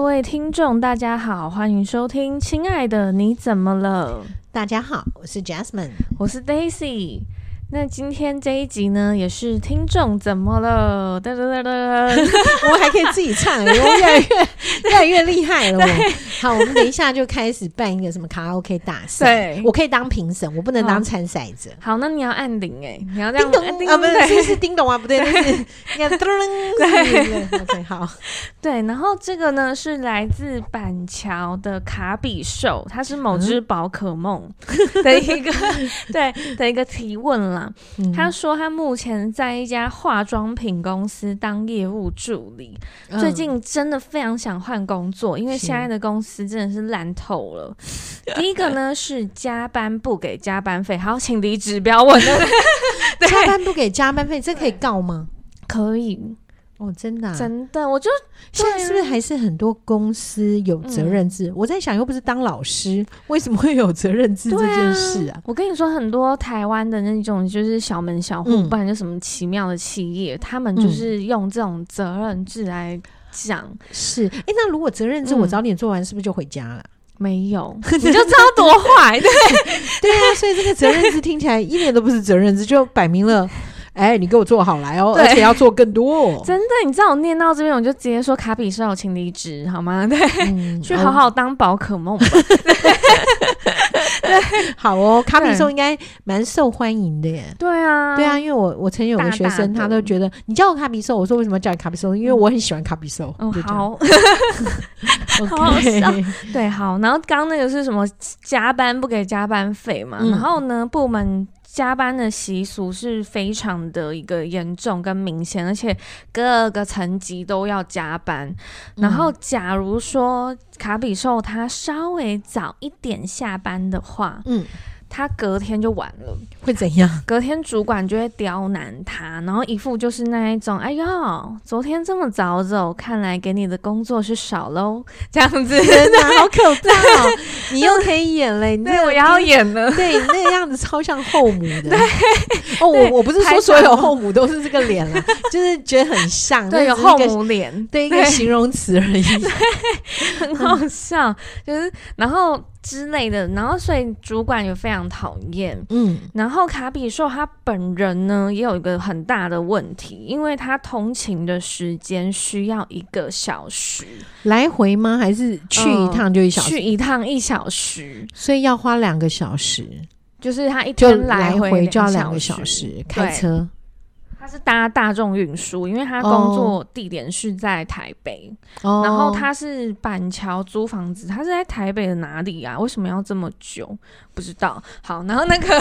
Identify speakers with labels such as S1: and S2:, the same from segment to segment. S1: 位听众，大家好，欢迎收听《亲爱的你怎么了》，
S2: 大家好，我是 Jasmine。
S1: 我是 Daisy。那今天这一集呢，也是听众怎么了？哒哒哒 哒哒
S2: 我还可以自己唱，哎我越来越越来越厉害 了。我好，我们等一下就开始办一个什么卡拉 OK 大赛，
S1: 对
S2: 我可以当评审，我不能当
S1: 哦
S2: 参赛者。
S1: 好，那你要按铃哎、你要这样
S2: 叮
S1: 按
S2: 咚啊，不是
S1: 对
S2: 是是叮 咚啊，不对，那是应 该噔噔。对 OK，好，
S1: 对。然后这个呢是来自板桥的卡比兽，它是某
S2: 嗯
S1: 只宝可 梦的一个、对的一个提问啦。
S2: 嗯
S1: 他说他目前在一家化妆品公司当业务助理，
S2: 嗯
S1: 最近真的非常想换工作，因为
S2: 是
S1: 现在的公司真的是烂透 了。第一个呢是加班不给加班费，好，请离职，不要问。 对，
S2: 加班不给加班费，这可以告吗？
S1: 可以，
S2: 哦，真的啊，
S1: 真的，我就
S2: 现在是不是还是很多公司有责任制？我在想，又不是当老师，为什么会有责任制这
S1: 对
S2: 件事
S1: 啊
S2: 啊？
S1: 我跟你说，很多台湾的那种就是小门小户，
S2: 嗯
S1: 不然就什么奇妙的企业，他们就是用这种责任制来讲。
S2: 是，哎、那如果责任制
S1: 嗯
S2: 我早点做完，是不是就回家了？
S1: 没 有，你就知道多坏。对
S2: 对啊，所以这个责任制听起来一点都不是责任制，就摆明了，哎、你给我做好来哦，
S1: 对
S2: 而且要做更多、哦，
S1: 真的，你知道我念到这边，我就直接说卡比兽，请离职好吗？对，
S2: 嗯
S1: 去好、好当宝可梦吧。
S2: 哦好哦。卡比
S1: 对
S2: 兽应该蛮受欢迎的耶。
S1: 对啊，
S2: 对啊，，因为我我曾经有个
S1: 大
S2: 学生，
S1: 大的
S2: 他都觉得你叫我卡比兽，我说为什么要叫你卡比兽？因为我很喜欢卡比兽。
S1: 嗯，
S2: 就这样
S1: 好， 好好
S2: ，OK，
S1: 笑对，好。然后刚刚那个是什么？加班不给加班费嘛？
S2: 嗯
S1: 然后呢，部门。加班的习俗是非常的一个严重跟明显，而且各个层级都要加班。
S2: 嗯
S1: 然后，假如说卡比兽他稍微早一点下班的话，
S2: 嗯，
S1: 他隔天就晚了。
S2: 会 怎样？
S1: 隔天主管就会刁难他，然后一副就是那一种，哎呦，昨天这么早走，看来给你的工作是少喽， 这样 子。
S2: 天哪，好可怕、哦！ 你又可以演嘞，你这
S1: 对，我要演了。
S2: 对你那个样子超像后母的。对，哦，我
S1: 对
S2: 我不是
S1: 拍
S2: 说所
S1: 照
S2: 有后母都是这个脸啦，就是觉得很像，
S1: 对，有
S2: 那只是
S1: 后
S2: 一个
S1: 母 脸，
S2: 对一个形容词而 已。
S1: 很好笑，就是然后之类的，然后所以主管也非常讨厌。
S2: 嗯，
S1: 然后卡比兽他本人呢，也有一个很大的问题，因为他通勤的时间需要一个小时，
S2: 来回吗？还是去一趟就一小
S1: 嗯
S2: 时？
S1: 去一趟一小时，
S2: 所以要花两个小时，
S1: 就是他一
S2: 就
S1: 天来
S2: 回就要两
S1: 两
S2: 个小时，开车。
S1: 他是搭大众运输，因为他工作地点是在台北，
S2: 哦，
S1: 然后他是板桥租房子，他是在台北的哪里啊？为什么要这么久？不知道。好，然后那 个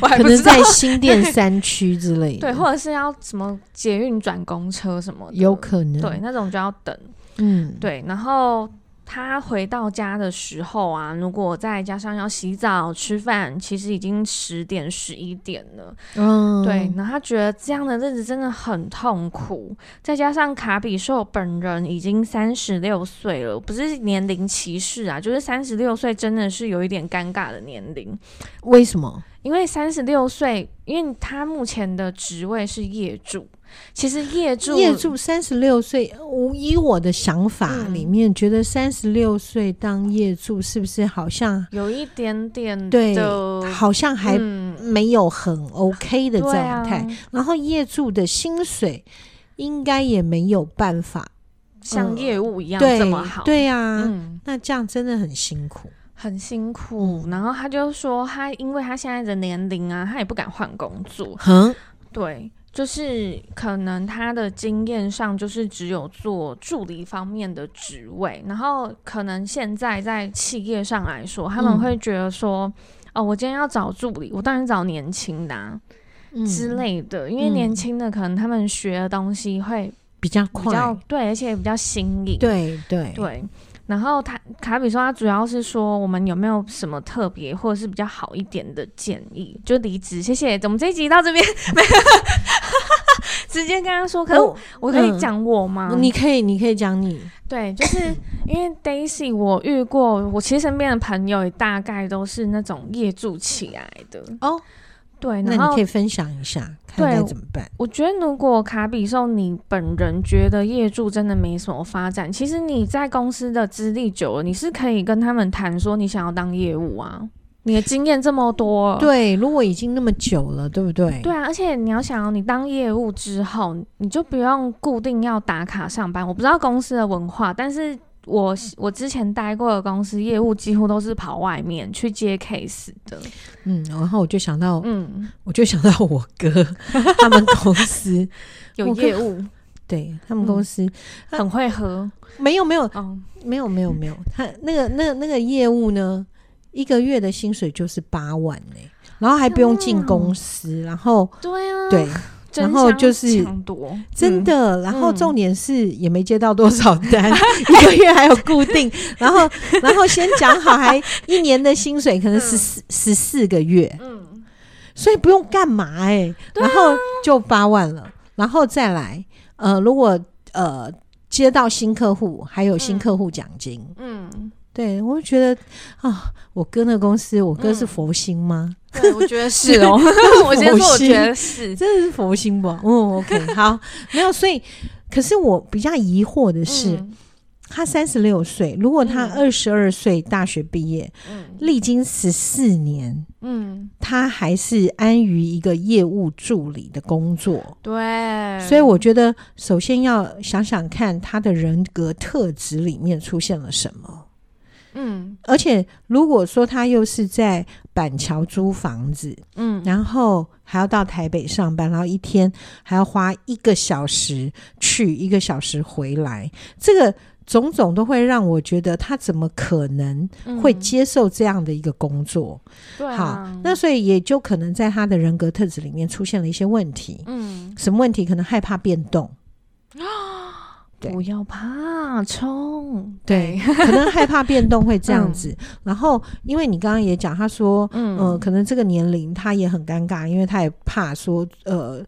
S1: 我还
S2: 可
S1: 不
S2: 能
S1: 知道
S2: 在，新店山区之类 的，
S1: 对，或者是要什么捷运转公车什么的，
S2: 有可能。
S1: 对，那种就要等。
S2: 嗯，
S1: 对，然后他回到家的时候啊，如果再加上要洗澡、吃饭，其实已经十点、十一点了。
S2: 嗯，
S1: 对，然后他觉得这样的日子真的很痛苦，再加上卡比兽本人已经三十六岁了，不是年龄歧视啊，就是三十六岁真的是有一点尴尬的年龄，
S2: 为什么？
S1: 因为三十六岁，因为他目前的职位是业主，其实业主
S2: 业主三十六岁，我以我的想法
S1: 嗯
S2: 里面，觉得三十六岁当业主是不是好像
S1: 有一点点
S2: 对
S1: 的
S2: 好像还
S1: 哦嗯
S2: 没有很 OK 的
S1: 对
S2: 状
S1: 啊
S2: 态？然后业主的薪水应该也没有办法
S1: 像
S2: 嗯
S1: 业务一样
S2: 对
S1: 这么好，
S2: 对啊，
S1: 嗯。
S2: 那这样真的很辛苦。
S1: 很辛苦，
S2: 嗯
S1: 然后他就说他，因为他现在的年龄啊，他也不敢换工作，
S2: 哼，
S1: 对，就是可能他的经验上就是只有做助理方面的职位，然后可能现在在企业上来说，他们
S2: 嗯
S1: 会觉得说。哦，我今天要找助理，我当然找年轻的、啊
S2: 嗯
S1: 之类的，因为
S2: 嗯
S1: 年轻的可能他们学的东西会
S2: 比较
S1: 比较
S2: 快，
S1: 对，而且比较新颖。
S2: 对对，
S1: 对，然后他卡比说，他主要是说我们有没有什么特别或者是比较好一点的建议，就离职。谢谢，我们这一集到这边，没有 直接跟他说，可是
S2: 哦
S1: 我可以
S2: 嗯
S1: 讲我吗？
S2: 你可以，你可以讲你，
S1: 对，就是因为 Daisy，我遇过，我其实身边的朋友也大概都是那种业住起来的。
S2: 哦，
S1: 对，
S2: 那
S1: 然
S2: 你
S1: 后
S2: 可以分享一下，看
S1: 对
S2: 该怎么办。
S1: 我觉得，如果卡比兽你本人觉得业主真的没什么发展，其实你在公司的资历久了，你是可以跟他们谈说你想要当业务啊，你的经验这么多，
S2: 对，如果已经那么久了，对不对？
S1: 对啊，而且你要想哦，你当业务之后，你就不用固定要打卡上班。我不知道公司的文化，但是我我之前待过的公司业务几乎都是跑外面去接 case 的，
S2: 嗯，然后我就想到，
S1: 嗯，
S2: 我就想到我哥 他们公司，嗯
S1: 有
S2: 我跟
S1: 业务
S2: 对他们公司、
S1: 很会 喝，
S2: 没有没有
S1: 嗯，
S2: 没有没有没有，他那个那个那个业务呢，一个月的薪水就是八万呢、然后还不用进公司，然后
S1: 对啊，
S2: 对，
S1: 争
S2: 然后
S1: 相
S2: 就是
S1: 抢夺，
S2: 真
S1: 嗯、
S2: 的，然后
S1: 嗯
S2: 重点是也没接到多少单， 一个月还有固 定，然后然后先讲好，还一年的薪水可能十四十四个月，
S1: 嗯，
S2: 所以不用干嘛哎、然后就八万了，然后再来呃，如果呃接到新客户，还有新
S1: 嗯
S2: 客户奖金，
S1: 嗯，
S2: 对我就觉得啊，我哥那公司，我哥
S1: 嗯
S2: 是佛心吗？
S1: 对，我觉得是哦， 我先说，我觉得是，
S2: 真的是佛心吧？嗯，OK，好， 没有，所以。可是我比较疑惑的是，
S1: 嗯
S2: 他三十六岁，如果他二十二岁大学毕业，
S1: 嗯
S2: 历经十四年，
S1: 嗯，
S2: 他还是安于一个业务助理的工作。
S1: 对，
S2: 所以我觉得，首先要想想看他的人格特质里面出现了什么。
S1: 嗯
S2: 而且，如果说他又是在板桥租房子，
S1: 嗯，
S2: 然后还要到台北上班，然后一天还要花一个小时去，一个小时回来，这个种种都会让我觉得他怎么可能会
S1: 嗯
S2: 接受这样的一个工作？
S1: 对啊、
S2: 好，那所以也就可能在他的人格特质里面出现了一些问题。
S1: 嗯，
S2: 什么问题？可能害怕变动，对
S1: 不要怕，冲，
S2: 对，可能害怕变动会这样子。然后，因为你刚刚也讲，他说，
S1: 嗯
S2: 呃，可能这个年龄他也很尴尬，因为他也怕说，呃，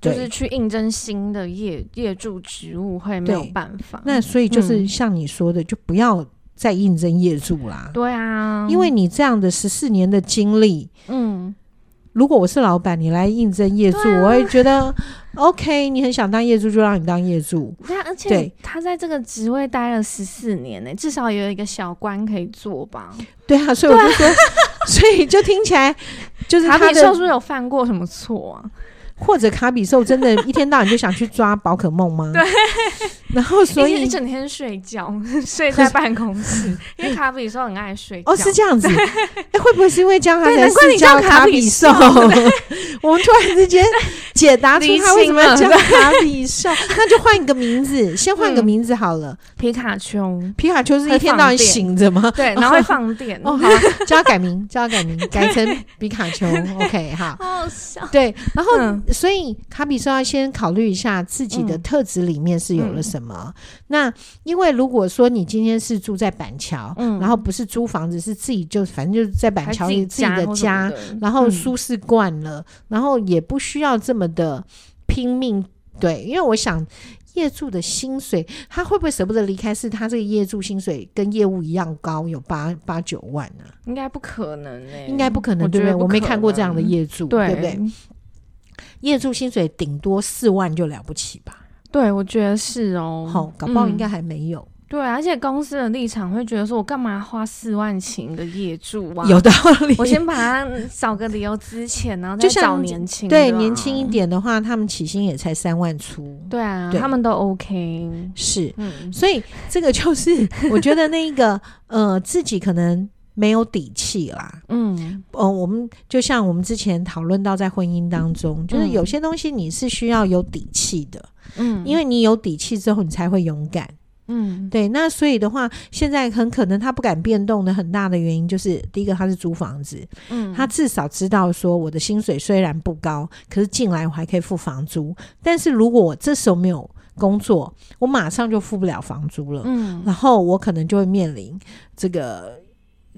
S1: 就
S2: 对
S1: 是去应征新的业业主职务会没有
S2: 对
S1: 办法。
S2: 那所以就是
S1: 嗯
S2: 像你说的，就不要再应征业主啦，
S1: 对啊，
S2: 因为你这样的十四年的经历，
S1: 嗯，
S2: 如果我是老板，你来应征业主，
S1: 对啊
S2: 我会觉得 OK，你很想当业主就让你当业主，
S1: 对啊，而且
S2: 对
S1: 他在这个职位待了十四年呢、欸至少也有一个小官可以做吧？
S2: 对啊，所以我就说， 所以就听起来就是
S1: 卡
S2: 他
S1: 比兽是
S2: 的
S1: 不是有犯过什么错啊？
S2: 或者卡比兽真的，一天到晚就想去抓宝可梦吗？对，然后所
S1: 一天
S2: 以
S1: 一整天睡觉， 睡在办公室， 因为卡比兽很爱睡觉。
S2: 哦，是这样子，哎，会不会是因为这样他
S1: 对
S2: 才
S1: 难怪
S2: 是
S1: 你叫
S2: 卡
S1: 卡
S2: 比
S1: 比
S2: 兽？ 我们突然之间解答出他为什么要叫卡比兽，那就换一个名字，先换个
S1: 嗯
S2: 名字好了。
S1: 皮卡丘，
S2: 皮卡丘是一天到晚
S1: 会放电
S2: 醒着吗？
S1: 对，然后会放电，
S2: 哦，好、啊，叫他改名，叫他改名，改成皮卡 丘。OK，好。
S1: 好好笑。
S2: 对，然后、
S1: 嗯
S2: 所以卡比说要先考虑一下自己的
S1: 嗯
S2: 特质里面是有了什么。那因为如果说你今天是住在板桥，
S1: 嗯
S2: 然后不是租房子，是自己就反正就是在板
S1: 还
S2: 桥
S1: 自
S2: 有
S1: 己
S2: 自己的
S1: 或什
S2: 家
S1: 么，的
S2: 然后
S1: 嗯
S2: 舒适惯了，然后也不需要这么的拼命。对，因为我想业主的薪水，他会不会舍不得离开？是他这个业主薪水跟业务一样高，有八八九万呢、
S1: 应该不可能哎、
S2: 应该不可能，
S1: 我
S2: 对
S1: 觉
S2: 不
S1: 得
S2: 对？
S1: 不
S2: 我没
S1: 可
S2: 看过这样的
S1: 能
S2: 业主，
S1: 对
S2: 不对？？业主薪水顶多四万就了不起吧？
S1: 对，我觉得是哦。
S2: 好、搞不好
S1: 嗯
S2: 应该还没有，
S1: 对，而且公司的立场会觉得说，我干嘛花四万请一个业主啊？
S2: 有，道理。
S1: 我先把他找个理由之前，然后
S2: 就
S1: 再
S2: 像
S1: 找年轻的啊、
S2: 对年轻一点的话，他们起薪也才三万出，
S1: 对啊，
S2: 对
S1: 他们都 OK。
S2: 是。
S1: 嗯，
S2: 所以这个就是 我觉得那个呃，自己可能没有底气啦。
S1: 嗯，
S2: 呃，我们就像我们之前讨论到，在婚姻当中，就是有些东西你是需要有底气的，
S1: 嗯，
S2: 因为你有底气之后，你才会勇敢。
S1: 嗯，
S2: 对，那所以的话，现在很可能他不敢变动的很大的原因就是，第一个他是租房子，
S1: 嗯，
S2: 他至少知道说我的薪水虽然不高，可是进来我还可以付房租。但是如果我这时候没有工作，我马上就付不了房租了，
S1: 嗯
S2: 然后我可能就会面临这个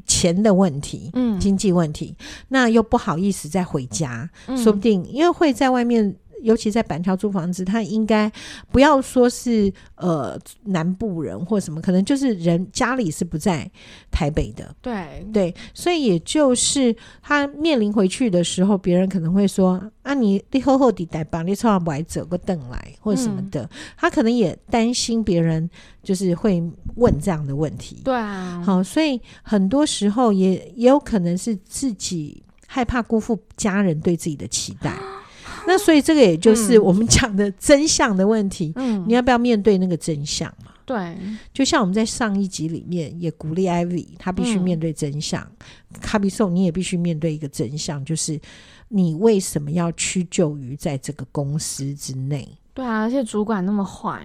S2: 钱的问题。
S1: 嗯，
S2: 经济问题，那又不好意思再回家，
S1: 嗯
S2: 说不定因为会在外面尤其在板桥租房子，他应该不要说是呃南部人或什么，可能就是人家里是不在台北的，
S1: 对，
S2: 对，所以也就是他面临回去的时候，别人可能会说啊你，你厚厚地带吧，你从不来走个凳来或什么
S1: 嗯
S2: 的，他可能也担心别人就是会问这样的问题，
S1: 对啊，
S2: 好，所以很多时候也也有可能是自己害怕辜负家人对自己的期 待，那所以这个也就是
S1: 嗯
S2: 我们讲的真相的问题，
S1: 嗯
S2: 你，要不要面对那个真相嘛？
S1: 对，
S2: 就像我们在上一集里面也鼓励 Ivy，她必须
S1: 嗯
S2: 面对真相，卡比颂你也必须面对一个真相，就是你为什么要屈就于在这个公司之内？
S1: 对啊，而且主管那么坏，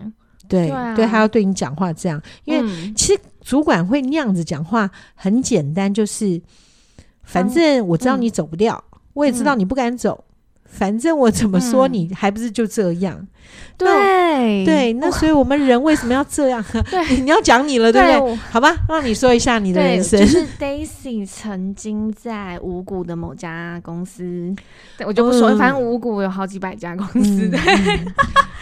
S2: 对
S1: 对啊
S2: 他要对你讲话这样，因为
S1: 为
S2: 其实主管会那样子讲话很简单，就是反正我知
S1: 嗯
S2: 道你走不掉，我也知道你不敢走，反正我怎么说
S1: 嗯
S2: 你还不是就这样？
S1: 对
S2: 对，那所以我们人为什么要这样？ 你要讲你了，对不对？
S1: 对
S2: 好吧，让你说一下你的
S1: 对，
S2: 人生
S1: 就。是 Daisy 曾经在五谷的某家公司，对我就不说，
S2: 嗯
S1: 反正五谷有好几百家公司
S2: 嗯，
S1: 的，
S2: 嗯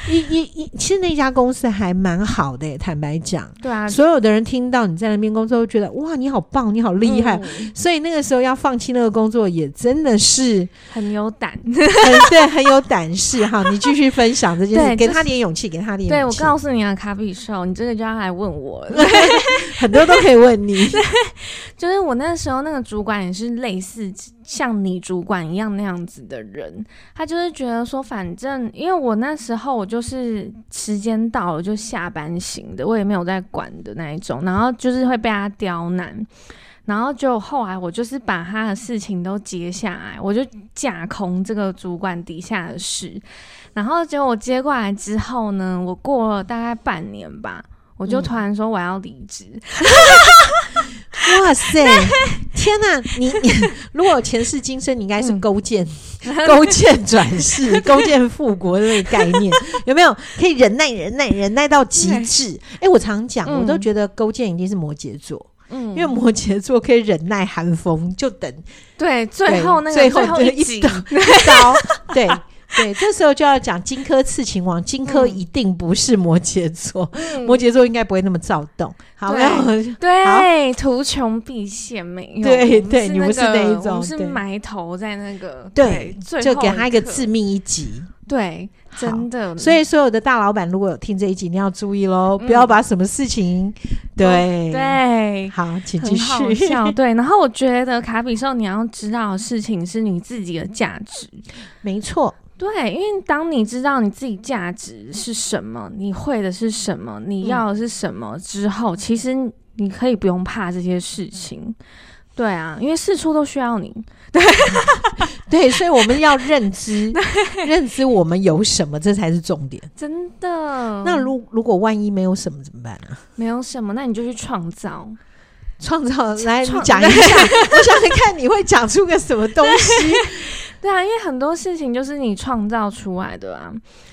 S2: 一一一，其实那家公司还蛮好的耶，坦白讲，
S1: 对啊，
S2: 所有的人听到你在那边工作，都觉得哇，你好棒，你好厉害。
S1: 嗯
S2: 所以那个时候要放弃那个工作，也真的是
S1: 很有胆。
S2: 很对，很有胆识哈。你继续分享这件事，
S1: 对
S2: 给
S1: 就是
S2: 他点勇气，给他点
S1: 对，
S2: 勇
S1: 我
S2: 气。
S1: 告诉你啊，卡比兽，你这个就要来问我了。
S2: 很多都可以问你，
S1: 就是我那时候那个主管也是类似像你主管一样那样子的人，他就是觉得说，反正因为我那时候我就是时间到了就下班型的，我也没有在管的那一种，然后就是会被他刁难。然后就后来我就是把他的事情都接下来，我就架空这个主管底下的事。然后结果我接过来之后呢，我过了大概半年吧，我就
S2: 嗯
S1: 突然说我要离职。
S2: 哇塞，天哪！你你 如果有前世今生，你应该是
S1: 嗯
S2: 勾践， 勾践转 世，勾践复国的那个概念，有没有？可以忍耐、忍耐、忍耐到极致。哎、我常讲，
S1: 嗯
S2: 我都觉得勾践一定是摩羯座，
S1: 嗯，
S2: 因为摩羯座可以忍耐寒风，就等
S1: 对，最
S2: 对
S1: 后那个
S2: 最后
S1: 后
S2: 这
S1: 一
S2: 一
S1: 集，
S2: 刀一 刀，对。对，这时候就要讲荆轲刺秦王，荆轲
S1: 嗯
S2: 一定不是摩羯座，
S1: 嗯
S2: 摩羯座应该不会那么躁动。好，
S1: 对
S2: 那我们
S1: 对，图穷匕见，没有，
S2: 对
S1: 我们
S2: 对
S1: 是
S2: 你不是
S1: 那
S2: 那一
S1: 个
S2: 种
S1: 我们是
S2: 对
S1: 埋头在那个，
S2: 对
S1: 最
S2: 就
S1: 后
S2: 给他一个
S1: 刻
S2: 致，命一击。
S1: 对，
S2: 好
S1: 真的，
S2: 所以所有的大老板如果有听这一集，你要注意喽，
S1: 嗯哦
S2: 不要把什么事情、对
S1: 对。
S2: 好，请继
S1: 很好
S2: 续。
S1: 笑，对。然后我觉得卡比兽，你要知道的事情是你自己的价值，
S2: 没错，
S1: 对，因为当你知道你自己价值是什么，你会的是什么，你
S2: 嗯
S1: 要的是什么之后，其实你可以不用怕这些事情，对啊，因为事出都需要你，
S2: 对，所以我们要认知，认知我们有什么，这才是重点。
S1: 真的。
S2: 那如如果万一没有什么怎么办呢、
S1: 没有什么，那你就去创造。
S2: 创造来，你
S1: 创
S2: 讲一下，我想看你会讲出个什么东西？
S1: 对啊，因为很多事情就是你创造出来的啊，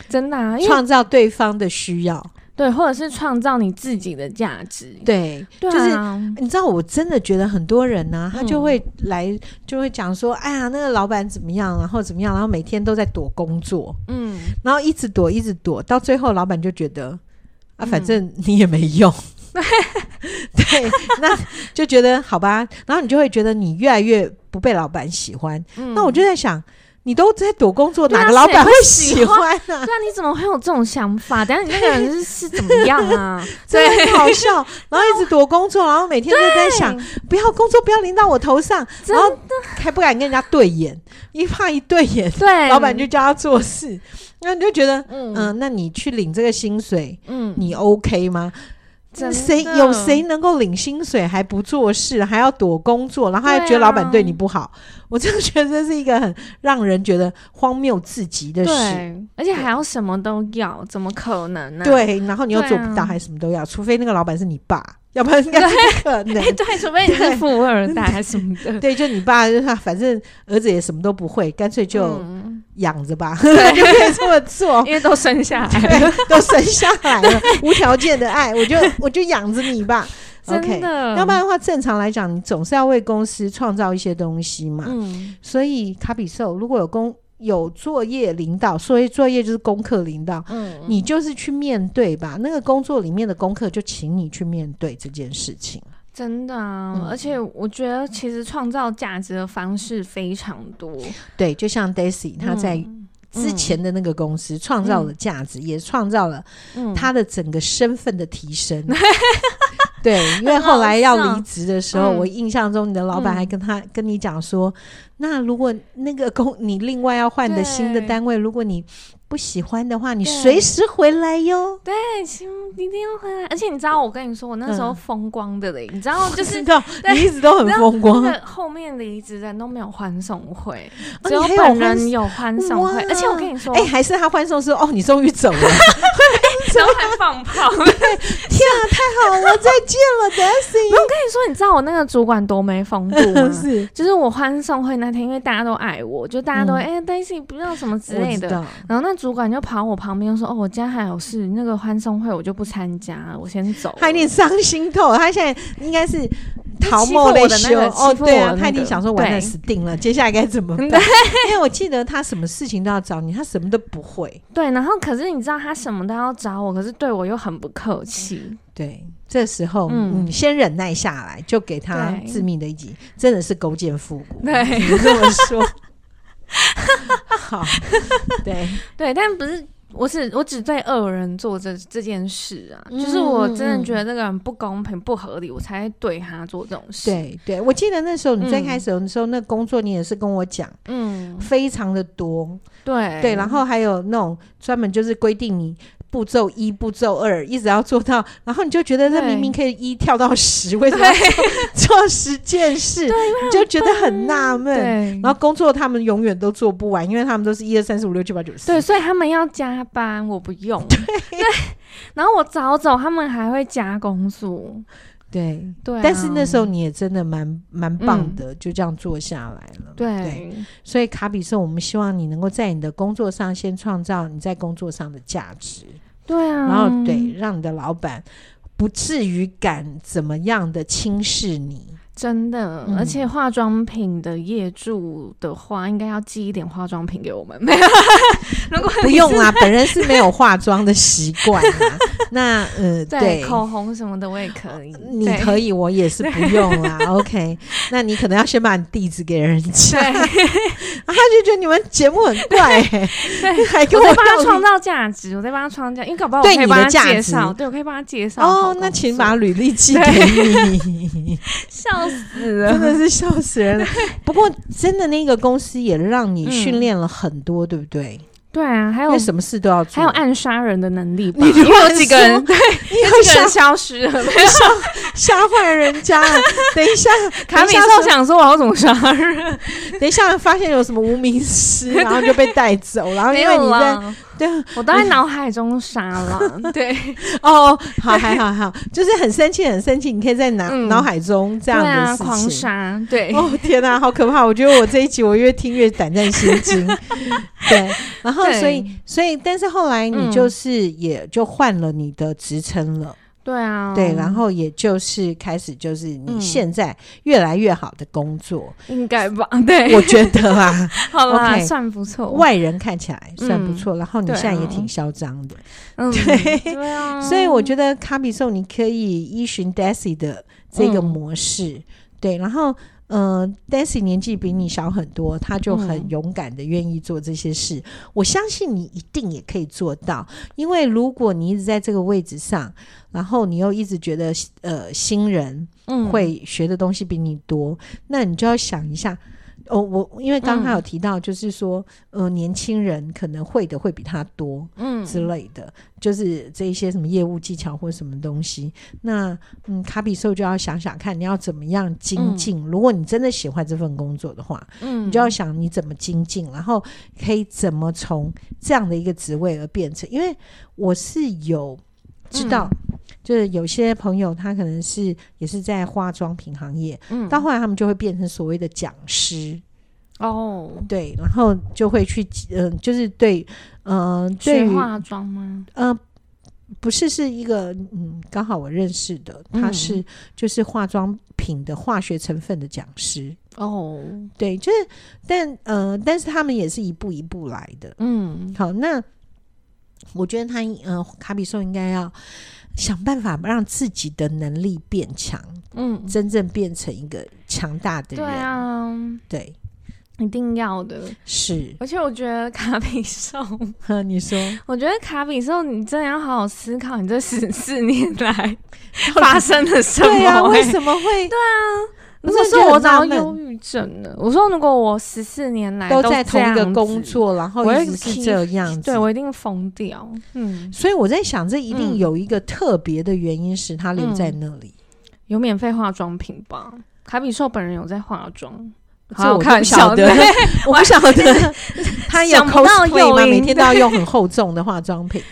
S1: 真的啊，因为
S2: 创造对方的需要，
S1: 对，或者是创造你自己的价值。
S2: 对，
S1: 对
S2: 就是
S1: 啊，
S2: 你知道，我真的觉得很多人呢、他就
S1: 嗯
S2: 会来，就会讲说，哎呀，那个老板怎么样，然后怎么样，然后每天都在躲工作，
S1: 嗯，
S2: 然后一直躲，一直躲，到最后，老板就觉得啊，
S1: 嗯
S2: 反正你也没 用，对，那就觉得好吧，然后你就会觉得你越来越不被老板喜欢。
S1: 嗯
S2: 那我就在想，你都在躲工作，
S1: 对啊
S2: 哪个老板
S1: 谁会
S2: 会
S1: 喜
S2: 喜欢呢、 啊
S1: 对？啊，你怎么会有这种想法？等一下你那个人是是怎么样啊？
S2: 真的很好笑，然后一直躲工作，然后每天都在想，不要工作不要临到我头上，
S1: 真
S2: 然后还不敢跟人家对眼，一怕一对眼，
S1: 对，
S2: 老板就叫他做事，那你就觉得，
S1: 嗯
S2: 嗯、那你去领这个薪水，
S1: 嗯，
S2: 你 OK 吗？
S1: 真的
S2: 谁有谁能够领薪水还不做事，还要躲工作，然后还
S1: 对啊
S2: 觉得老板对你啊不好？我真的觉得这是一个很让人觉得荒谬至极的事。
S1: 对，而且还要什么都要，怎么可能呢、
S2: 对，然后你又做不
S1: 对
S2: 到，
S1: 啊
S2: 还什么都要，除非那个老板是你爸，要不然应该是不可能。
S1: 哎 对，除非你是富二代还是什么的，
S2: 对，就你爸，就是他反正儿子也什么都不会，干脆 就
S1: 嗯
S2: 养着 吧，就可以这么做。
S1: 因为都生下来了，
S2: 对，都生下来 了，无条件的爱，我就我就养着你 吧。
S1: 真
S2: OK，
S1: 的，
S2: 要不然的话，正常来讲，你总是要为公司创造一些东西嘛。
S1: 嗯，
S2: 所以卡比兽如果有公有作业领导，所以作业就是功课领导，
S1: 嗯，
S2: 你就是去面对吧。那个工作里面的功课，就请你去面对这件事情。
S1: 真的啊，
S2: 嗯
S1: 而且我觉得其实创造价值的方式非常多。
S2: 对，就像 Daisy，她在
S1: 嗯
S2: 之前的那个公司创造了价值，也创造了
S1: 嗯
S2: 他的整个身份的提升。 对，因为后来要离职的时候，
S1: 嗯
S2: 我印象中你的老板
S1: 嗯
S2: 还跟他、跟你讲说，那如果那个工你另外要换的新的
S1: 对
S2: 单位，如果你不喜欢的话，你
S1: 对
S2: 随时回来哟。
S1: 对，行，一定要回来。而且你知道，我跟你说，我那时候
S2: 嗯
S1: 风光的嘞，你知道，就是
S2: 知道
S1: 对
S2: 你一直都很风
S1: 那
S2: 光，
S1: 个后面离职人都没有欢送会，
S2: 哦
S1: 只有
S2: 你还有
S1: 本
S2: 欢
S1: 人有欢送会。
S2: 哇
S1: 而且我跟你说，
S2: 哎、还是他欢送说，哦，你终于 走了，天啊，
S1: 然后还放 炮。我跟你
S2: 太好了，再见了，Daisy。
S1: 说，你知道我那个主管多没风度吗？
S2: 是，
S1: 就是我欢送会那天，因为大家都爱我，就大家都会
S2: 嗯
S1: 哎、Daisy 不要什么之类
S2: 我知
S1: 的。
S2: 道。
S1: 然后那主管就跑我旁边说：“哦，我家还有事，那个欢送会我就不参加了，我先走了。”
S2: 他有点伤心透，他现在应该是桃
S1: 欺负
S2: 木
S1: 我
S2: 泪
S1: 的那
S2: 羞
S1: 个
S2: 哦，
S1: 欺负
S2: 对
S1: 我
S2: 啊，
S1: 的
S2: 他
S1: 那
S2: 一定
S1: 个
S2: 想说完了
S1: 对
S2: 死定了，接下来该怎么办？
S1: 嗯对
S2: 因为我记得他什么事情都要找你，他什么都不会。
S1: 对，然后可是你知道他什么都要找我，可是对我又很不客气。
S2: 对，这时候嗯
S1: 嗯
S2: 先忍耐下来，就给他
S1: 对
S2: 致命的一击，真的是勾践复古。
S1: 对
S2: 你这么 说，好，对，
S1: 对，但不是，我只我只对恶人做这这件事啊，
S2: 嗯
S1: 就是我真的觉得这个人不公平、不合理，我才会对他做这种事。，
S2: 对，对，我记得那时候你最
S1: 嗯
S2: 开始的时候，那工作你也是跟我讲，
S1: 嗯，
S2: 非常的多，
S1: 对，
S2: 对，然后还有那种专门就是规定你步骤一、步骤二，一直要做到，然后你就觉得这
S1: 对
S2: 明明可以一跳 到十，为什么要做做十件事？你就觉得很纳闷。
S1: 对，
S2: 然后工作他们永远都做不完，因为他们都是一二三四五六七八九十。
S1: 对，所以他们要加班，我不用。对，然后我早走，他们还会加工数。
S2: 对，
S1: 对啊、
S2: 但是那时候你也真的蛮蛮棒
S1: 嗯
S2: 的，就这样做下来了。对
S1: 对
S2: 所以卡比兽，我们希望你能够在你的工作上先创造你在工作上的价值。
S1: 对啊，
S2: 然后对，让你的老板不至于敢怎么样的轻 视你。
S1: 真的，
S2: 嗯
S1: 而且化妆品的业主的话，应该要寄一点化妆品给我们。没 有，如果
S2: 不用啊，本人是没有化妆的习惯啊。那 呃，
S1: 对
S2: 对。呃
S1: 口红什么的，我也可以。
S2: 你
S1: 对
S2: 可以，我也是不用 啦。OK，那你可能要先把你地址给人家，
S1: 对，
S2: 啊他就觉得你们节目很 怪、欸，
S1: 对
S2: 还跟
S1: 我在帮
S2: 要
S1: 他创造价值，我在帮他创造，因为搞不好我
S2: 对
S1: 可以
S2: 你
S1: 帮
S2: 的
S1: 他
S2: 价
S1: 介
S2: 值
S1: 绍，对我可以帮他介绍好
S2: 哦
S1: 工，作。
S2: 那请把履历寄 给你。
S1: 笑死
S2: 真
S1: 了。
S2: 的是笑死人 了。不过，真的那个公司也让你
S1: 嗯
S2: 训练了很多，对不对？
S1: 对啊，还
S2: 因
S1: 有
S2: 为什么事都要做，
S1: 还有暗杀人的能力吧？
S2: 你
S1: 因为有
S2: 乱
S1: 几个人，对，
S2: 你
S1: 有
S2: 会
S1: 几个
S2: 想
S1: 人消失 了。
S2: 吓坏人 家了。等一下，
S1: 卡
S2: 等一
S1: 米
S2: 下
S1: 兽想说我要怎么杀人？
S2: 说，等一下发现有什么无名 尸，然后就被带走，然后
S1: 没
S2: 哦因为
S1: 有啊
S2: 你在
S1: 啦，
S2: 对
S1: 我都在脑海中杀 了。对。
S2: 哦，好，还好 好，就是很生气，很生气，你可以在脑
S1: 嗯
S2: 脑海中这
S1: 对
S2: 样
S1: 啊，
S2: 的
S1: 狂
S2: 事情。
S1: 杀，对，
S2: 哦天哪、好可怕！我觉得我这一集我越听越胆战心 惊。对，然后
S1: 对
S2: 所以所以，但是后来你
S1: 嗯
S2: 就是也就换了你的职称了，
S1: 对啊，
S2: 对，然后也就是开始就是你
S1: 嗯
S2: 现在越来越好的工作，
S1: 应该吧，对，
S2: 我觉得啊，
S1: 好啦
S2: OK
S1: 算不错，
S2: 外人看起来算不
S1: 嗯
S2: 错，然后你
S1: 对
S2: 现在也
S1: 啊
S2: 挺嚣张的，
S1: 嗯，
S2: 对
S1: 对啊，
S2: 所以我觉得卡比兽你可以依循 Daisy 的这个
S1: 嗯
S2: 模式，对，然后。呃，Daisy 年纪比你小很多，她就很
S1: 嗯
S2: 勇敢的愿意做这些事。我相信你一定也可以做到，因为如果你一直在这个位置上，然后你又一直觉得呃新人
S1: 嗯
S2: 会学的东西比你多，那你就要想一下。哦，我因为刚
S1: 嗯
S2: 刚他有提到，就是说，呃，年轻人可能会的会比他多
S1: 嗯
S2: 之类的，就是这一些什么业务技巧或什么东西。那嗯，卡比兽就要想想看，你要怎么样精进。如果你真的喜欢这份工作的话，
S1: 嗯
S2: 你就要想你怎么精进，然后可以怎么从这样的一个职位而变成。因为我是有知道，
S1: 嗯
S2: 就是有些朋友他可能是也是在化妆品行业，
S1: 嗯
S2: 到后来他们就会变成所谓的讲师，
S1: 哦，
S2: 对，然后就会去，嗯、就是对，嗯、对
S1: 学
S2: 于，
S1: 化妆吗？
S2: 嗯、不是是一个，嗯，刚好我认识的，他
S1: 嗯
S2: 是就是化妆品的化学成分的讲师。
S1: 哦，
S2: 对，就是，但呃，但是他们也是一步一步来的。
S1: 嗯，
S2: 好，那我觉得他呃，卡比兽应该要想办法让自己的能力变强，
S1: 嗯，
S2: 真正变成一个强大的
S1: 对
S2: 人。
S1: 啊，
S2: 对，
S1: 一定要的。
S2: 是，
S1: 而且我觉得卡比兽，
S2: 呵你说
S1: 我觉得卡比兽，你真的要好好思考，你这十四年 来发生了什么、
S2: 对啊，为
S1: 欸
S2: 什么会？对啊，
S1: 如果是我早就忧郁症了。我说，如果我十四年来
S2: 都
S1: 这
S2: 在
S1: 样
S2: 同一个工
S1: 子，
S2: 作，然后
S1: 我
S2: 一
S1: 会
S2: 直是
S1: keep-
S2: 这样子，
S1: 对我一定疯掉。嗯，
S2: 所以我在想，这一定
S1: 嗯
S2: 有一个特别的原因使他留在那里。
S1: 有免费化妆品吧？卡比兽本人有在化妆，
S2: 这
S1: 好
S2: 我
S1: 看
S2: 不晓得
S1: 笑 对，
S2: 我不晓得他有
S1: 想不到
S2: cosplay 吗？
S1: 诱因
S2: 每天都要用很厚重的化妆品。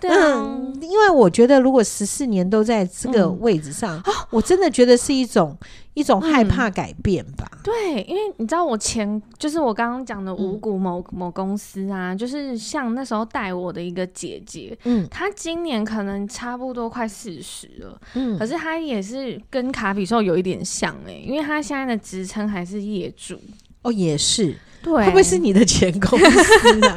S1: 对啊，
S2: 嗯，因为我觉得如果十四年都在这个
S1: 嗯
S2: 位置上，我真的觉得是一种一种害怕改变吧。
S1: 对，因为你知道我前就是我刚刚讲的五
S2: 嗯
S1: 谷某、某公司啊，就是像那时候带我的一个姐姐，
S2: 嗯
S1: 她今年可能差不多快四十了，
S2: 嗯
S1: 可是她也是跟卡比兽有一点像哎、因为她现在的职称还是业主，
S2: 哦，也是，
S1: 对，
S2: 会不会是你的前公司啊？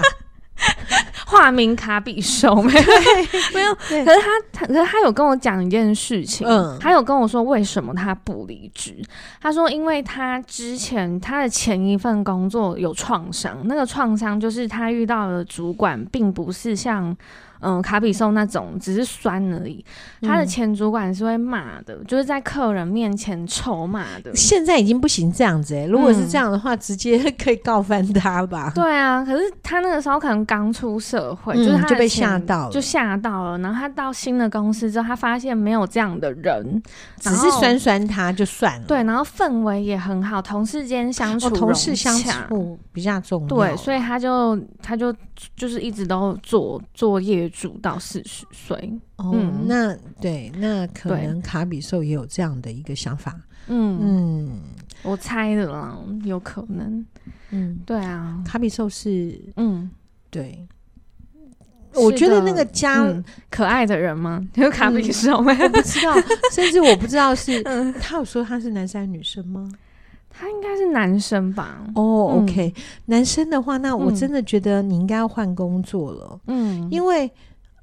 S1: 化名卡比兽？ 没有， 没有。
S2: 对
S1: 可是他，他可是他有跟我讲一件事情，
S2: 嗯
S1: 他有跟我说为什么他不离职。他说，因为他之前他的前一份工作有创伤，那个创伤就是他遇到的主管并不是像。嗯，卡比兽那种只是酸而已。他的
S2: 嗯
S1: 前主管是会骂的，就是在客人面前臭骂的。
S2: 现在已经不行这样子、欸，如果是这样的话，直接可以告翻他吧。
S1: 对啊，可是他那个时候可能刚出社会，就
S2: 嗯
S1: 是他的
S2: 就被
S1: 前
S2: 吓到了
S1: 就吓到了。然后他到新的公司之后，他发现没有这样的人，
S2: 只
S1: 然
S2: 是
S1: 后
S2: 酸酸他就算了。
S1: 对，然后氛围也很好，同事间相处、
S2: 哦，同事相。处比较重要。
S1: 对，所
S2: 以
S1: 以他就他就就是一直都做做业主到四十岁，
S2: 哦，
S1: 嗯
S2: 那对，那可
S1: 对
S2: 能卡比兽也有这样的一个想法。
S1: 嗯，
S2: 嗯
S1: 我猜的啦，有可能，
S2: 嗯，
S1: 对啊，
S2: 卡比兽是
S1: 嗯，
S2: 对，
S1: 是
S2: 我觉得
S1: 的
S2: 那个家、
S1: 嗯，可爱的人吗？ 有卡比兽吗？
S2: 我不 知道，甚至我不知道是、
S1: 嗯
S2: 他有说他是男生还是女生吗？
S1: 他应该是男生吧？
S2: 哦、
S1: 嗯
S2: o k 男生的话，那我
S1: 嗯
S2: 真的觉得你应该要换工作了，
S1: 嗯，
S2: 因为。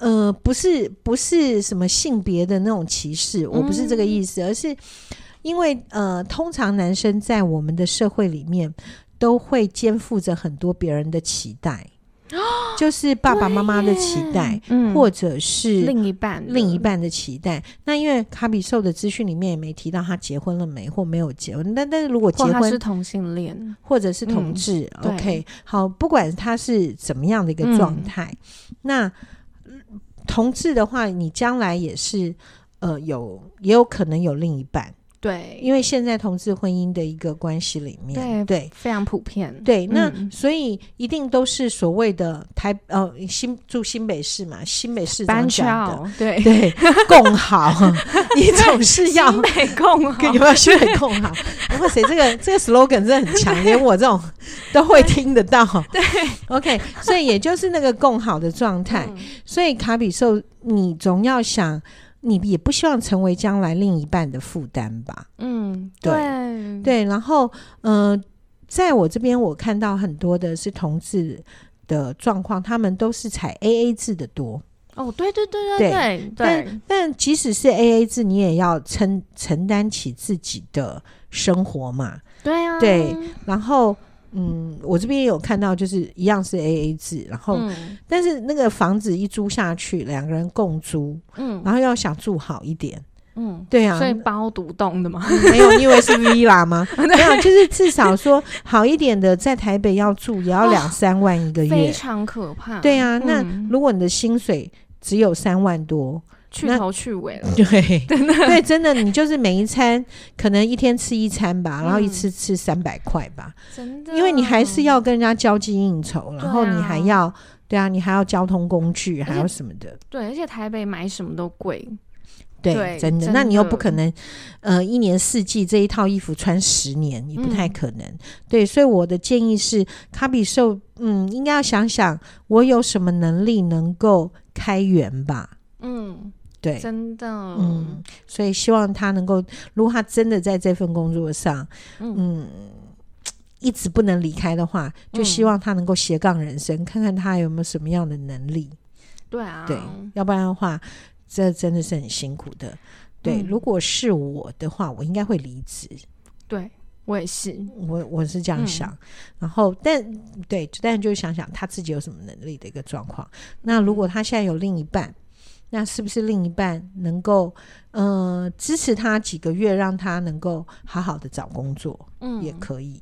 S2: 呃，不是不是什么性别的那种歧视，
S1: 嗯
S2: 我不是这个意思，而是因为呃，通常男生在我们的社会里面都会肩负着很多别人的期 待，就是爸爸妈妈的期待，
S1: 嗯，
S2: 或者是
S1: 另一半的，
S2: 另一半的期待。那因为卡比兽的资讯里面也没提到他结婚了没，或没有结婚。但但是如果结
S1: 或他
S2: 婚
S1: 是同性恋，
S2: 或者是同志、
S1: 对
S2: o k 好，不管他是怎么样的一个状态，那嗯同志的话，你将来也是呃有也有可能有另一半，
S1: 对，
S2: 因为现在同志婚姻的一个关系里面，
S1: 对
S2: 对
S1: 非常普遍，
S2: 对，那
S1: 嗯
S2: 所以一定都是所谓的台呃新住新北市嘛，新北市
S1: 搬
S2: 长讲的，
S1: 桥，对，
S2: 对，共好，你总是要
S1: 新北共好
S2: 有，没有学很共好？哇塞，这个这个 slogan 真的很强，连我这种都会听得到。对，OK，所以也就是那个共好的状态。
S1: 嗯
S2: 所以卡比兽，你总要想，你也不希望成为将来另一半的负担吧？
S1: 嗯，
S2: 对
S1: 对，
S2: 对，然后呃，在我这边我看到很多的是同志的状况，他们都是采 AA 制的多。
S1: 哦，对对对对
S2: 对
S1: 对
S2: 但但即使是 A A 制，你也要承承担起自己的生活嘛。
S1: 对啊，
S2: 对然后，嗯，我这边也有看到，就是一样是 A A 制，然后、
S1: 嗯
S2: 但是那个房子一租下去，两个人共租，
S1: 嗯
S2: 然后要想住好一点，
S1: 嗯，
S2: 对啊嗯
S1: 所，以包独栋的嘛，
S2: 没有，你以 为是 villa 吗？没有，就是至少说好一点的，在台北要住也要两三万一个
S1: 非
S2: 月，
S1: 常可怕，
S2: 对啊。那
S1: 嗯
S2: 如果你的薪水只有三万多，
S1: 去
S2: 那
S1: 头去尾了，
S2: 对， 对，真的，你就是每一餐可能一天吃一餐吧，然后一
S1: 嗯
S2: 次吃三百块吧，
S1: 真的，
S2: 因为你还是要跟人家交际应酬，然后
S1: 对啊
S2: 你还要对啊，你还要交通工具，
S1: 且
S2: 还要什么的，
S1: 对，而且台北买什么都贵，
S2: 对，
S1: 对
S2: 真的，
S1: 真
S2: 那你又
S1: 的
S2: 不可能，呃，一年四季这一套衣服穿十年也不太可能，对，所以我的建议是，卡比兽，嗯，应该要想想我有什么能力能够开源吧，
S1: 嗯，
S2: 对，
S1: 真的，
S2: 嗯，所以希望他能够，如果他真的在这份工作上，
S1: 嗯
S2: 嗯，一直不能离开的话，
S1: 嗯
S2: 就希望他能够斜杠人生，看看他有没有什么样的能力。
S1: 对啊，
S2: 对，要不然的话，这真的是很辛苦的。对，
S1: 嗯
S2: 如果是我的话，我应该会离职。
S1: 对我也是，
S2: 我我是这样
S1: 嗯
S2: 想，然后但对，但就想想他自己有什么能力的一个状况。那如果他现在有另一半，那是不是另一半能够呃支持他几个月，让他能够好好的找工作、
S1: 嗯，
S2: 也可以？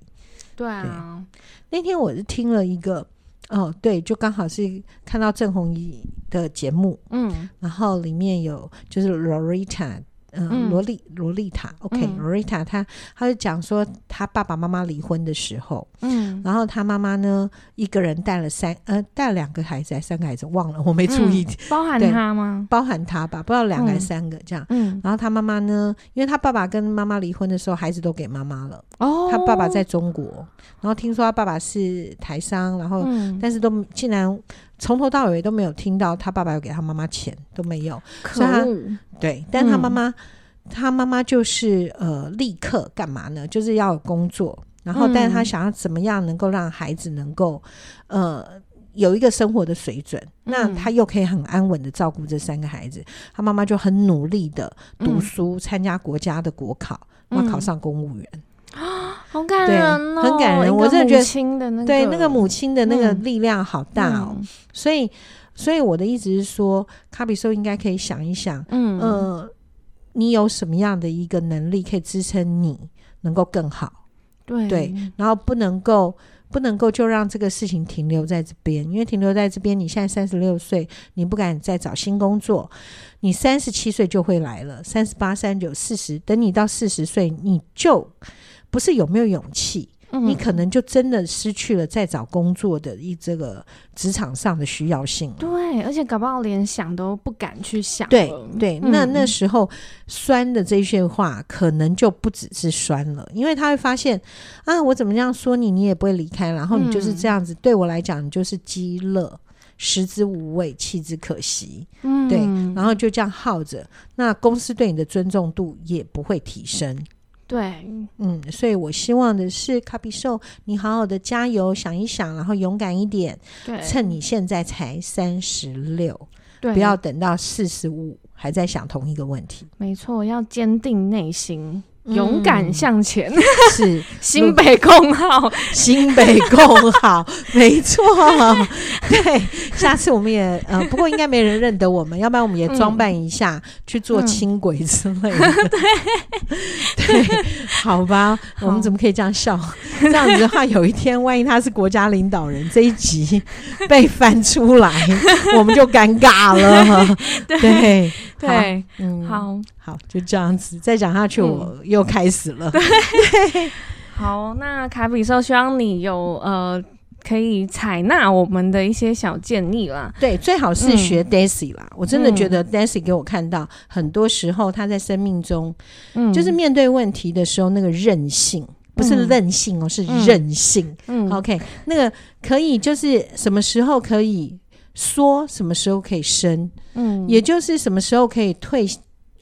S1: 对啊，
S2: 那天我是听了一个哦，对，就刚好是看到郑红怡的节目，
S1: 嗯
S2: 然后里面有就是 Lorita。嗯，
S1: 嗯
S2: 萝莉萝莉塔
S1: 嗯
S2: ，OK，Lorita，、Lolita 她她就讲说，她爸爸妈妈离婚的时候，
S1: 嗯，
S2: 然后他妈妈呢，一个人带了三呃带两个孩子还是三个孩子忘了，我没注意，
S1: 包含
S2: 对
S1: 他吗？
S2: 包含他吧，不知道两个还是三个这样。
S1: 嗯，
S2: 然后他妈妈呢，因为他爸爸跟妈妈离婚的时候，孩子都给妈妈了。
S1: 哦，
S2: 他爸爸在中国，然后听说他爸爸是台商，然后、
S1: 嗯，
S2: 但是都竟然从头到尾都没有听到他爸爸有给他妈妈钱，都没有。
S1: 可
S2: 所以他
S1: 恶，
S2: 对，但他
S1: 嗯
S2: 妈妈，他妈妈就是呃，立刻干嘛呢？就是要有工作，然后，但是他
S1: 嗯
S2: 想要怎么样能够让孩子能够呃有一个生活的水准，那
S1: 嗯
S2: 他又可以很安稳的照顾这三个孩子。他妈妈就很努力的读
S1: 嗯
S2: 书，参加国家的国考，那考
S1: 嗯
S2: 上公务员。
S1: 好感
S2: 对
S1: 人哦，
S2: 很感人
S1: 一个
S2: 我真的觉得
S1: 母亲的那个，
S2: 对，那个母亲的那个
S1: 嗯
S2: 力量好大哦。所以，所以我的意思是说，卡比兽应该可以想一想。
S1: 嗯，嗯，
S2: 呃，你有什么样的一个能力可以支撑你能够更好？
S1: 对
S2: 对，然后不能够不能够就让这个事情停留在这边，因为停留在这边，你现在三十六岁，你不敢再找新工作，你三十七岁就会来了，三十八、三九、四十，等你到四十岁，你就不是有没有勇气，你
S1: 嗯
S2: 可能就真的失去了再找工作的一这个职场上的需要性了。
S1: 对，而且搞不好连想都不敢去想
S2: 对
S1: 了，
S2: 对，那
S1: 嗯
S2: 那时候酸的这一些话，可能就不只是酸了，因为他会发现啊，我怎么这样说你，你也不会离开，然后你就是
S1: 嗯
S2: 这样子，对我来讲，你就是鸡肋，食之无味，弃之可惜，
S1: 嗯，
S2: 对然后就这样耗着，那公司对你的尊重度也不会提升。
S1: 对，
S2: 嗯，所以我希望的是，卡比兽，你好好的加油，想一想，然后勇敢一点，
S1: 对，
S2: 趁你现在才三十六，
S1: 对
S2: 不要等到四十五还在想同一个问题。
S1: 没错，要坚定内心，勇敢向前，
S2: 嗯是
S1: 新北共 好，
S2: 新北共好，没错。对，下次我们也呃，不过应该没人认得我们，要不然我们也装扮一下、
S1: 嗯
S2: 去做轻轨之类的。 对，好吧，我们怎么可以这样笑？这样子的话，有一天万一他是国家领导人，这 一集被翻出来，我们就尴尬了。对，
S1: 对，
S2: 嗯，
S1: 好嗯
S2: 好，就这样子，再讲下去我又开始了。
S1: 好，那卡比兽希望你有呃。可以采纳我们的一些小建议啦，
S2: 对，最好是
S1: 嗯
S2: 学 Daisy 啦。我真的觉得 Daisy 给我看到，很多时候他在生命中，
S1: 嗯，
S2: 就是面对问题的时候，那个韧性，不是
S1: 嗯
S2: 任性哦，是
S1: 嗯
S2: 韧性。
S1: 嗯，
S2: OK，那个可以就是什么时候可以缩，什么时候可以伸，
S1: 嗯，
S2: 也就是什么时候可以退，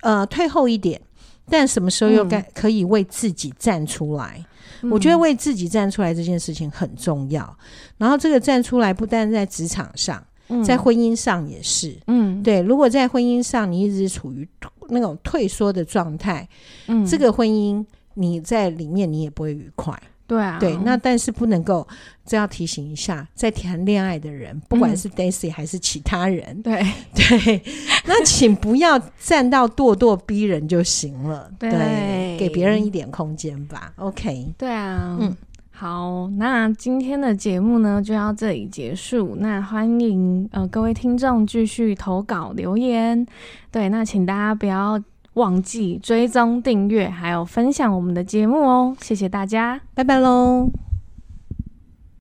S2: 呃，退后一点。但什么时候又该可以为自己站出来？
S1: 嗯
S2: 我觉得为自己站出来这件事情很重要。然后这个站出来，不但在职场上，
S1: 嗯
S2: 在，婚姻上也是。
S1: 嗯，嗯，
S2: 对，如果在婚姻上你一直处于那种退缩的状态，
S1: 嗯，
S2: 这个婚姻你在里面你也不会愉快。
S1: 对啊，
S2: 对，那但是不能够，这要提醒一下，在谈恋爱的人，不
S1: 嗯
S2: 管是 Daisy 还是其 他人，
S1: 对
S2: 对，那请不要站到咄咄逼人就行了。
S1: 对
S2: 给别人一点空间吧。OK，
S1: 对啊，
S2: 嗯
S1: 嗯，好，那今天的节目呢就到这里结束。那欢迎呃各位听众继续投稿留言，对，那请大家不要忘记追踪、订阅，还有分享我们的节目哦，谢谢大家。
S2: 拜拜喽。